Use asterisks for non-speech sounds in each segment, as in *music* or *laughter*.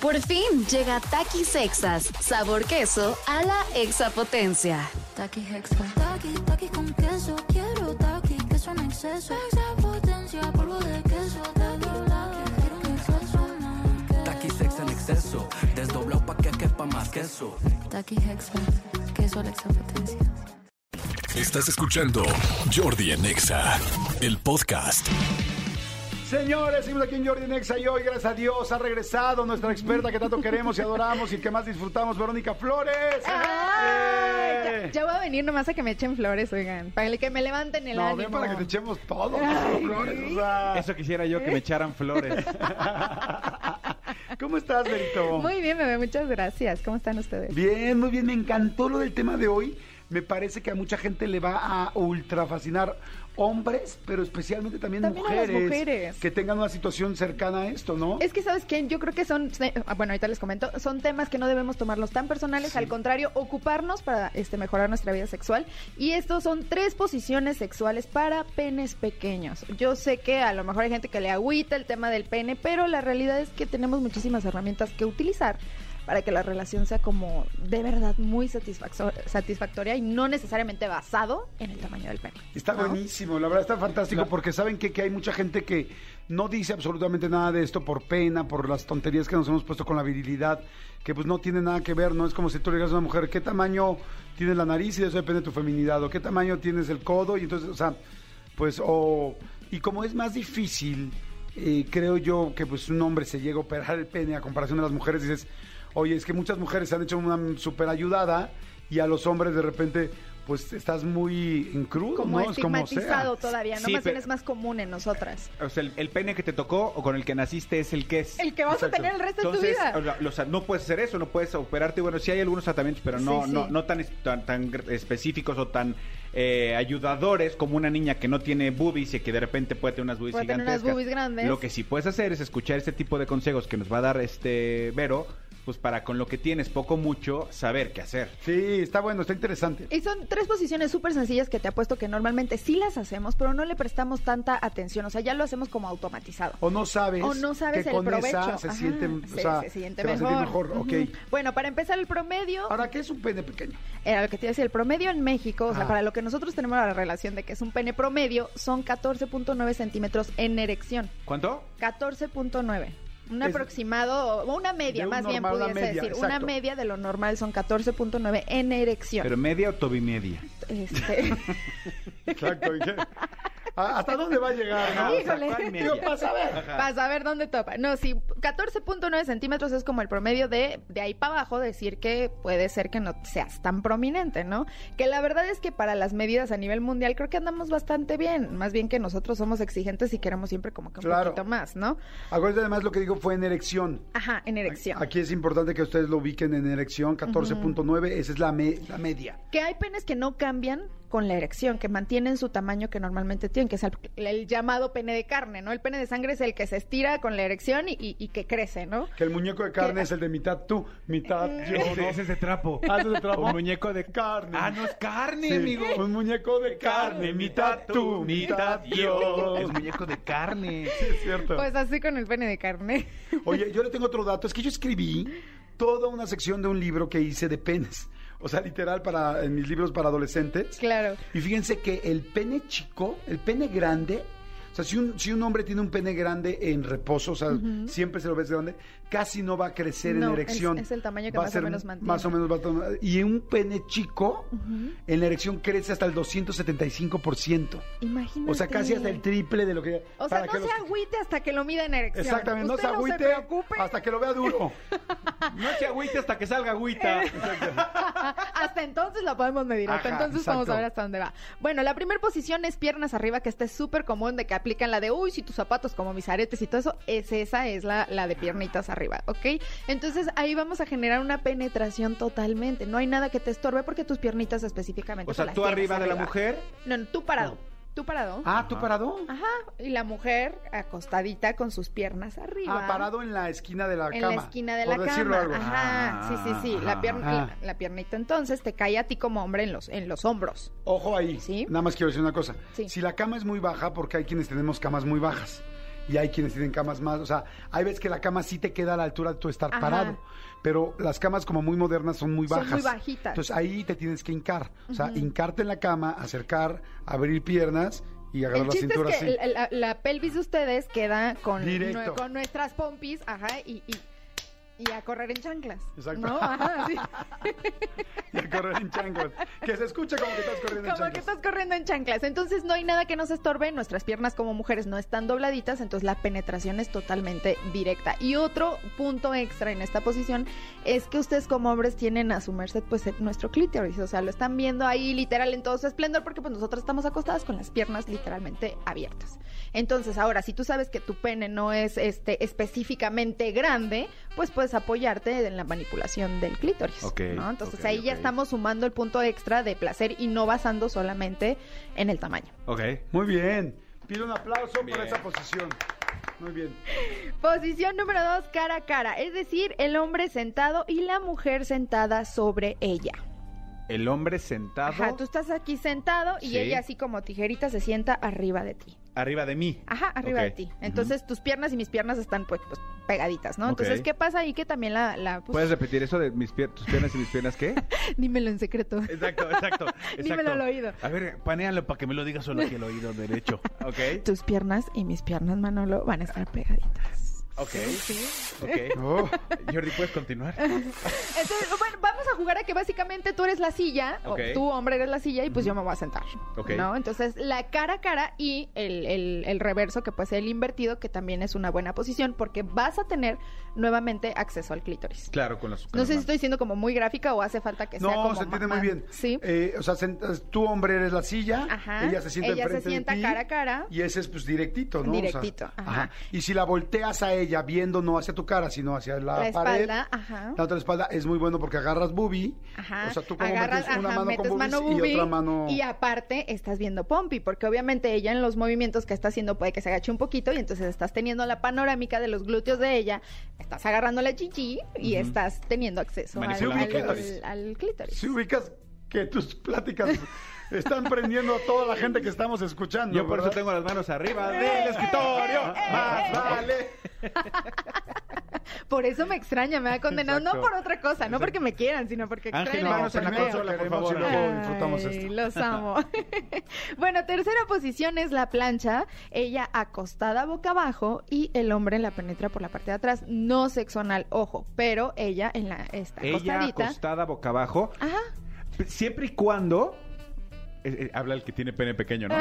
Por fin llega Taqui Sexas, sabor queso a la exapotencia. Taqui Hexa. Taqui, taqui con queso. Quiero taqui, queso en exceso. Extra potencia, polvo de queso. Taqui, taqui, quiero un exceso más. Taqui sex en exceso, desdoblado pa' que quepa más queso. Taqui Hexa. Queso a la extra potencia. Estás escuchando Jordi en EXA, el podcast. Señores, seguimos aquí en Jordi Nexa y hoy, gracias a Dios, ha regresado nuestra experta que tanto queremos y adoramos y que más disfrutamos, Verónica Flores. Ay, ¡Eh! ya, ya voy a venir nomás a que me echen flores, oigan. Para que me levanten el No, ánimo. ven para que te echemos todo, Ay, Flores. sí. O sea, Eso quisiera yo, que me echaran flores. ¿Cómo estás, Berito? Muy bien, bebé, muchas gracias. ¿Cómo están ustedes? Bien, muy bien, me encantó lo del tema de hoy. Me parece que a mucha gente le va a ultra fascinar hombres, pero especialmente también, También a las mujeres, mujeres. que tengan una situación cercana a esto, ¿no? Es que, ¿sabes qué? Yo creo que son, ah, bueno, ahorita les comento, son temas que no debemos tomarlos tan personales, al contrario, ocuparnos para este, mejorar nuestra vida sexual. Y estos son tres posiciones sexuales para penes pequeños. Yo sé que a lo mejor hay gente que le agüita el tema del pene, pero la realidad es que tenemos muchísimas herramientas que utilizar para que la relación sea como de verdad muy satisfacto- satisfactoria y no necesariamente basado en el tamaño del pene. Está ¿no? buenísimo, la verdad está fantástico, porque saben qué? que hay mucha gente que no dice absolutamente nada de esto por pena, por las tonterías que nos hemos puesto con la virilidad, que pues no tiene nada que ver, ¿no? Es como si tú le digas a una mujer, ¿qué tamaño tienes la nariz? Y de eso depende de tu feminidad, o qué tamaño tienes el codo, y entonces, o sea, pues, o... Y como es más difícil, eh, creo yo que pues un hombre se llega a operar el pene a comparación de las mujeres, dices, oye, es que muchas mujeres se han hecho una super ayudada y a los hombres de repente pues estás muy en crudo, Como ¿no? Es como estigmatizado sea. todavía, ¿no? Sí, más bien pero- es más común en nosotras. O sea, el, el pene que te tocó o con el que naciste es el que es. el que vas Exacto. a tener el resto Entonces, de tu o vida. la- o sea, no puedes hacer eso, no puedes operarte. Bueno, sí hay algunos tratamientos, pero no, Sí, sí. no, no tan, es- tan, tan gr- específicos o tan eh, ayudadores como una niña que no tiene boobies y que de repente puede tener unas boobies Puede tener unas gigantescas. boobies grandes. Lo que sí puedes hacer es escuchar este tipo de consejos que nos va a dar este Vero, pues para con lo que tienes poco o mucho saber qué hacer. Sí, está bueno, está interesante. Y son tres posiciones súper sencillas que te apuesto que normalmente sí las hacemos, pero no le prestamos tanta atención. O sea, ya lo hacemos como automatizado. O no sabes, O no sabes que el con provecho. esa se Ajá, siente, o se- sea, se siente te va a sentir mejor, ok. Ujú. Bueno, para empezar, el promedio. Ahora, ¿qué es un pene pequeño? Era lo que te iba a decir, el promedio en México, o sea, Ah. para lo que nosotros tenemos la relación de que es un pene promedio, son 14.9 centímetros en erección. ¿Cuánto? 14.9. Un Es- aproximado, o una media, de un más bien normal a pudiese media, decir. Una exacto. media de lo normal son 14.9 en erección. ¿Pero media o tobimedia? Este, Exacto, ¿y qué? ¿A- ¿Hasta dónde va a llegar? no? O sea, Híjole. ¿cuál media? digo, pasa a ver. Para saber dónde topa. No, sí, 14.9 centímetros es como el promedio de, de ahí para abajo, decir que puede ser que no seas tan prominente, ¿no? Que la verdad es que para las medidas a nivel mundial creo que andamos bastante bien. Más bien que nosotros somos exigentes y queremos siempre como que un Claro. poquito más, ¿no? Acuérdate además lo que digo fue en erección. Ajá, en erección. Aquí es importante que ustedes lo ubiquen en erección 14.9, esa es la, me- la media. Que hay penes que no cambian con la erección, que mantienen su tamaño que normalmente tienen, que es el, el llamado pene de carne, ¿no? El pene de sangre es el que se estira con la erección y, y- y que crece, ¿no? Que el muñeco de carne Que- Eh, es el de mitad tú, mitad yo. ¿no? es de trapo. Ah, ese es de trapo. Un muñeco de carne. Ah, no es carne, Sí, amigo. Un muñeco de carne, mitad tú, mitad yo. Es muñeco de carne. Es cierto. Pues así con el pene de carne. *laughs* Oye, yo le tengo otro dato. Es que yo escribí toda una sección de un libro que hice de penes. O sea, literal, para, en mis libros para adolescentes. Claro. Y fíjense que el pene chico, el pene grande, o sea, si un, si un hombre tiene un pene grande en reposo, o sea, siempre se lo ves grande, casi no va a crecer en No, erección. es- es el tamaño que Va a más o ser menos mantiene. Más o menos va a tomar- Y un pene chico, en la erección crece hasta el 275%. Imagínate. O sea, casi hasta el triple de lo que... O sea, para no que se los- agüite hasta que lo mida en erección. Exactamente, no Usted se agüite preocupe hasta que lo vea *laughs* duro. No se agüite hasta que salga *laughs* agüita. Hasta entonces la podemos medir, hasta Ajá, entonces exacto. vamos a ver hasta dónde va. Bueno, la primera posición es piernas arriba, que esta es súper común de que aplican la de, uy, si tus zapatos como mis aretes y todo eso, es esa, es la, la de piernitas arriba, ¿ok? Entonces ahí vamos a generar una penetración totalmente, no hay nada que te estorbe porque tus piernitas específicamente... O sea, pues, las tú tienes arriba de la mujer. No, no, tú parado, tú parado. Ah, ¿tú parado? Ajá, y la mujer acostadita con sus piernas arriba. Ah, parado en la esquina de la en cama. la esquina de por la decirlo cama. algo. Ah, Ajá, sí, sí, sí. La, pierna, Ajá. la, la piernita entonces te cae a ti como hombre en los, en los hombros. Ojo ahí. ¿Sí? Nada más quiero decir una cosa. Sí. Si la cama es muy baja, porque hay quienes tenemos camas muy bajas. y hay quienes tienen camas más. O sea, hay veces que la cama sí te queda a la altura de tu estar Ajá. parado, pero las camas como muy modernas son muy Son muy bajas. bajitas. Entonces ahí te tienes que hincar. O sea, hincarte en la cama, acercar, abrir piernas y agarrar El la chiste es cintura que así. el- el- la, la pelvis de ustedes queda con, Directo. nue- con nuestras pompis, ajá, y, y, y a correr en chanclas. Exacto. ¿no? *laughs* Ajá, sí. Y a correr en chanclas. Que se escucha como que estás corriendo en Como que chanclas. estás corriendo en chanclas. Entonces no hay nada que nos estorbe. Nuestras piernas como mujeres no están dobladitas, entonces la penetración es totalmente directa. Y otro punto extra en esta posición es que ustedes como hombres tienen a su merced pues el- nuestro clítoris. O sea, lo están viendo ahí literal en todo su esplendor porque pues nosotras estamos acostadas con las piernas literalmente abiertas. Entonces ahora, si tú sabes que tu pene no es este específicamente grande, pues puedes apoyarte en la manipulación del clítoris. Ok, ¿no? Entonces ok, ahí ya ok. estamos sumando el punto extra de placer y no basando solamente en el tamaño. Ok. Muy bien. Pido un aplauso Bien. por esa posición. Muy bien. Posición número dos, cara a cara, es decir, el hombre sentado y la mujer sentada sobre ella. El hombre sentado Ajá, tú estás aquí sentado y Sí. ella así como tijerita se sienta arriba de ti. arriba de mí. Ajá, arriba Ok. de ti. Entonces tus piernas y mis piernas están pues, pues, pegaditas, ¿no? Entonces, Ok. ¿qué pasa ahí que también la... la, pues, ¿Puedes repetir eso de mis pier- tus piernas y mis piernas qué? *laughs* Dímelo en secreto. *laughs* Exacto, exacto. exacto. Dímelo al oído. A ver, panealo para que me lo digas solo aquí el oído derecho. Ok. Tus piernas y mis piernas, Manolo, van a estar pegaditas. Ok. Ok. Oh, Jordi, ¿puedes continuar? Entonces, bueno, vamos a jugar a que básicamente tú eres la silla, Ok. o tú hombre eres la silla, y pues yo me voy a sentar. Ok. ¿No? Entonces, la cara a cara y el, el- el reverso, que puede ser el invertido, que también es una buena posición, porque vas a tener nuevamente acceso al clítoris. Claro, con las No sé si estoy siendo como muy gráfica o hace falta que sea como no, se entiende muy más- bien. Sí. Eh, o sea, sent- tú, hombre, eres la silla. Ajá. Ella se sienta Ella se enfrente de sienta ti, cara a cara. Y ese es, pues, directito, ¿no? O sea, Directito, ajá. Y si la volteas a ella viendo no hacia tu cara, sino hacia la, La pared, espalda, ajá. La otra espalda es muy bueno porque agarras boobie. Ajá. O sea, tú como Agarras, metes una ajá, mano metes con boobies mano y boobie, otra mano... y aparte estás viendo Pompi, porque obviamente ella en los movimientos que está haciendo puede que se agache un poquito y entonces estás teniendo la panorámica de los glúteos de ella, estás agarrando la chichi y estás teniendo acceso al, Manipulando al- clítoris. al- al clítoris. Si ubicas que tus *laughs* pláticas están prendiendo a toda la gente que estamos escuchando, Yo por eso ¿verdad? ¡Eh! tengo las manos arriba del escritorio. Más vale. Por eso me extraña, me ha condenado, no Exacto. por otra cosa, no porque me quieran, sino porque Ángel, extraño. vamos en la Primero consola, por queremos favor. y luego disfrutamos Ay, esto. Los amo. *laughs* bueno, tercera posición es la plancha. Ella acostada boca abajo y el hombre la penetra por la parte de atrás. No sexo anal, ojo, pero ella en la está Ella acostadita. acostada boca abajo, Ajá. siempre y cuando eh, eh, habla el que tiene pene *laughs* pequeño, ¿no?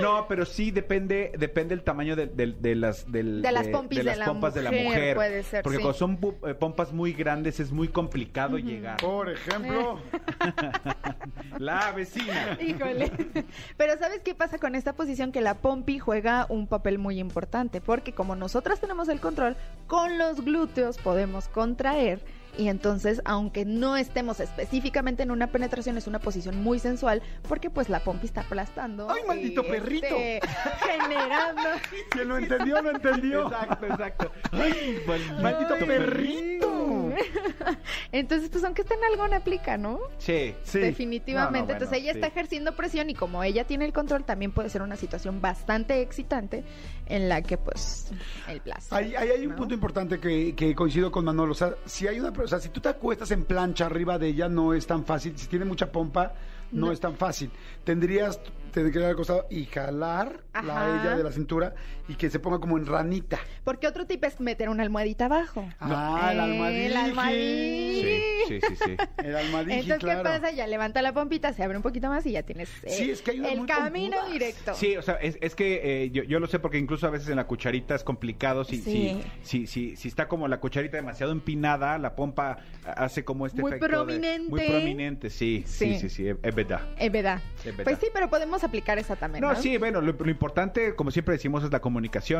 no, pero sí depende depende el tamaño de, de- de las del- De las pompis de la pompas mujer, puede ser, porque sí. cuando son bu- eh, pompas muy grandes es muy complicado llegar. Por ejemplo, *laughs* La vecina. Híjole. Pero ¿sabes qué pasa con esta posición? Que la Pompi juega un papel muy importante, porque como nosotras tenemos el control, con los glúteos podemos contraer. Y entonces, aunque no estemos específicamente en una penetración, es una posición muy sensual, porque pues la Pompi está aplastando. ¡Ay, maldito y, perrito! este, generando. quien lo entendió, lo entendió. Exacto, exacto. Ay, Maldito Ay. perrito. Entonces, pues aunque esté en algón, aplica, ¿no? Sí. Sí. Definitivamente. No, no, bueno, Entonces ella sí. está ejerciendo presión y como ella tiene el control, también puede ser una situación bastante excitante en la que pues el placer. Ahí, ahí hay un ¿no? punto importante que, que coincido con Manolo. O sea, si hay una, o sea, si tú te acuestas en plancha arriba de ella, no es tan fácil. Si tiene mucha pompa, no, No. es tan fácil. Tendrías, tendrías que ir al costado y jalar la Ajá. ella de la cintura y que se ponga como en ranita. Porque otro tip es meter una almohadita abajo. Ah, el Eh, almohadije. el almohadije. Sí, sí, sí, sí. El almohadije, Entonces, claro. ¿qué pasa? Ya levanta la pompita, se abre un poquito más y ya tienes eh, Sí, es que hay unas el muy camino pompudas. directo. Sí, o sea, es, es que eh, yo, yo lo sé porque incluso a veces en la cucharita es complicado. Si, Sí. si, si, si, si está como la cucharita demasiado empinada, la pompa hace como este Muy efecto de- prominente. muy prominente, sí. Sí, Sí. sí, sí, es, es verdad. Es verdad. Es verdad. Pues sí, pero podemos aplicar esa también. No, No, sí, bueno, lo, lo importante, como siempre decimos, es la comunicación.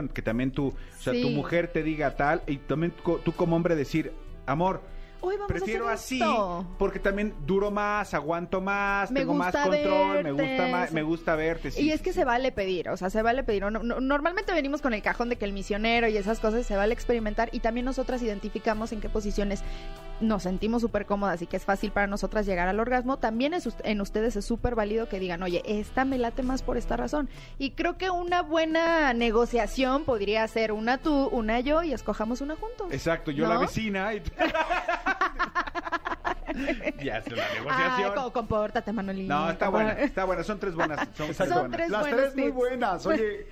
Que también tú, o sea, Sí. tu mujer te diga tal y también co- tú como hombre decir, amor, hoy vamos Prefiero a hacer así esto. porque también duro más, aguanto más, Me tengo más gusta control, me verte, gusta más, sí. me gusta verte. sí, Y es sí, que sí. se vale pedir, o sea, se vale pedir. No- no- normalmente venimos con el cajón de que el misionero y esas cosas se vale experimentar y también nosotras identificamos en qué posiciones nos sentimos súper cómodas y que es fácil para nosotras llegar al orgasmo. También es ust- en ustedes es súper válido que digan, oye, esta me late más por esta razón. Y creo que una buena negociación podría ser una tú, una yo y escojamos una juntos. Exacto, yo ¿No? la vecina. Y... *laughs* ya es la Ah, negociación. co- compórtate, Manolín. no, está compórtate. buena, está buena. Son tres buenas. Son, *laughs* tres Son buenas. tres Las buenos tres muy tips. buenas. Oye,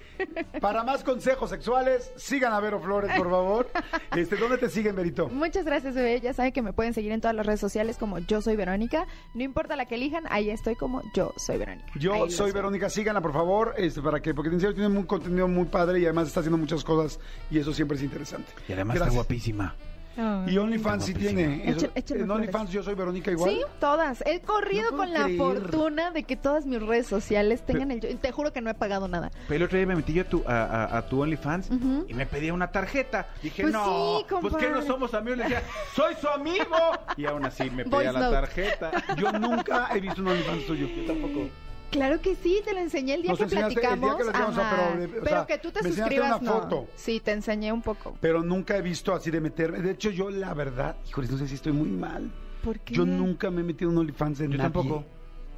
para más consejos sexuales, sigan a Vero Flores, por *laughs* favor. Este, ¿Dónde te siguen, Verito? Muchas gracias, bebé. Ya saben que me pueden seguir en todas las redes sociales como Yo Soy Verónica. No importa la que elijan, ahí estoy como Yo Soy Verónica. Ahí Yo los soy veo. Verónica, síganla por favor, este, para que, porque en serio tiene un contenido muy padre y además está haciendo muchas cosas y eso siempre es interesante. Y además Gracias. está guapísima. Ay. Mm, Y OnlyFans sí tiene. eso- Échen- échenme en flores. OnlyFans yo soy Verónica igual. Sí, todas. He corrido No puedo con la creer. fortuna de que todas mis redes sociales tengan el yo. Te juro que no he pagado nada. Pero el otro día me metí yo a tu, a, a- a tu OnlyFans Ujú. y me pedía una tarjeta. Dije, Pues no, sí, pues que no compadre. somos amigos. Le decía, soy su amigo. Y aún así me pedía Voice la note. tarjeta. Yo nunca he visto un OnlyFans tuyo. Yo tampoco. Claro que sí, te lo enseñé el día Nos que enseñaste el día que platicamos. platicamos, Ajá. pero, eh, o sea, que tú te me enseñaste suscribas, una no. foto. Sí, te enseñé un poco. Pero nunca he visto así de meterme. De hecho, yo la verdad, híjoles, no sé si estoy muy mal. ¿Por qué? Yo nunca me he metido en OnlyFans de Yo nadie. tampoco.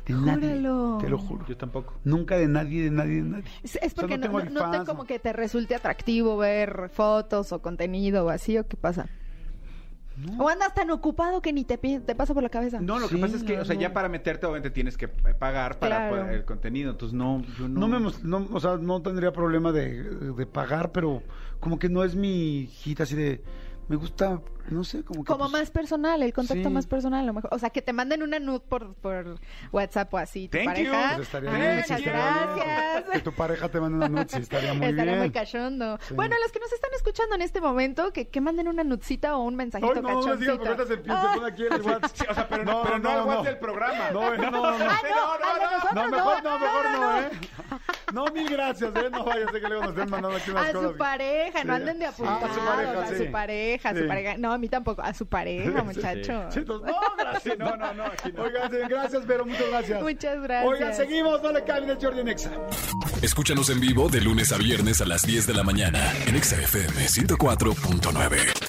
De nadie. Júralo. Te lo juro. Yo tampoco. Nunca de nadie, de nadie, de nadie. Es- Es sea, porque no tengo no, no- no te OnlyFans, como no. que te resulte atractivo ver fotos o contenido o así o qué pasa. O andas tan ocupado que ni te, pi- te pasa por la cabeza. No, lo que Sí, pasa es que, no, o sea, no. ya para meterte obviamente tienes que eh, pagar para Claro. poder- el contenido. Entonces, no, yo no. No me mos- no, o sea, no tendría problema de, de pagar, pero como que no es mi hijita así de me gusta, no sé, como que Como pues, más personal, el contacto sí. más personal a lo mejor. O sea, que te manden una nude por, por WhatsApp o así. tu Thank pareja. pues, estaría Ah, bien, sí, muchas estaría bien. pues, Que gracias. tu pareja te mande una noche, estaría muy Estaría bien. muy cachondo. Sí. Bueno, a los que nos están escuchando en este momento, que, que manden una nudcita o un mensajito Ay, no, no me digas, cachoncito. porque ahorita se empieza a poner aquí en el WhatsApp. Sí, o sea, pero no, pero no, al WhatsApp del programa. No, eh, no, no. Ah, no, no, No, al de nosotros no, no. mejor no, mejor no, ¿eh? No, mil gracias, ¿eh? No vayas, sé que luego nos estén mandando aquí unas A cosas. su pareja, no Sí. anden de Ah, a su apuntados. pareja, a sí. su pareja, a su Sí. pareja. No, a mí tampoco. A su pareja, muchacho. *laughs* Sí, entonces, no, Sí, gracias. no, no, no, aquí no. Oigan, sí, gracias, Vero, muchas gracias. Muchas gracias. Oigan, seguimos, no le cambien el Jordi Nexa. Escúchanos en vivo de lunes a viernes a las 10 de la mañana en Exa FM 104.9.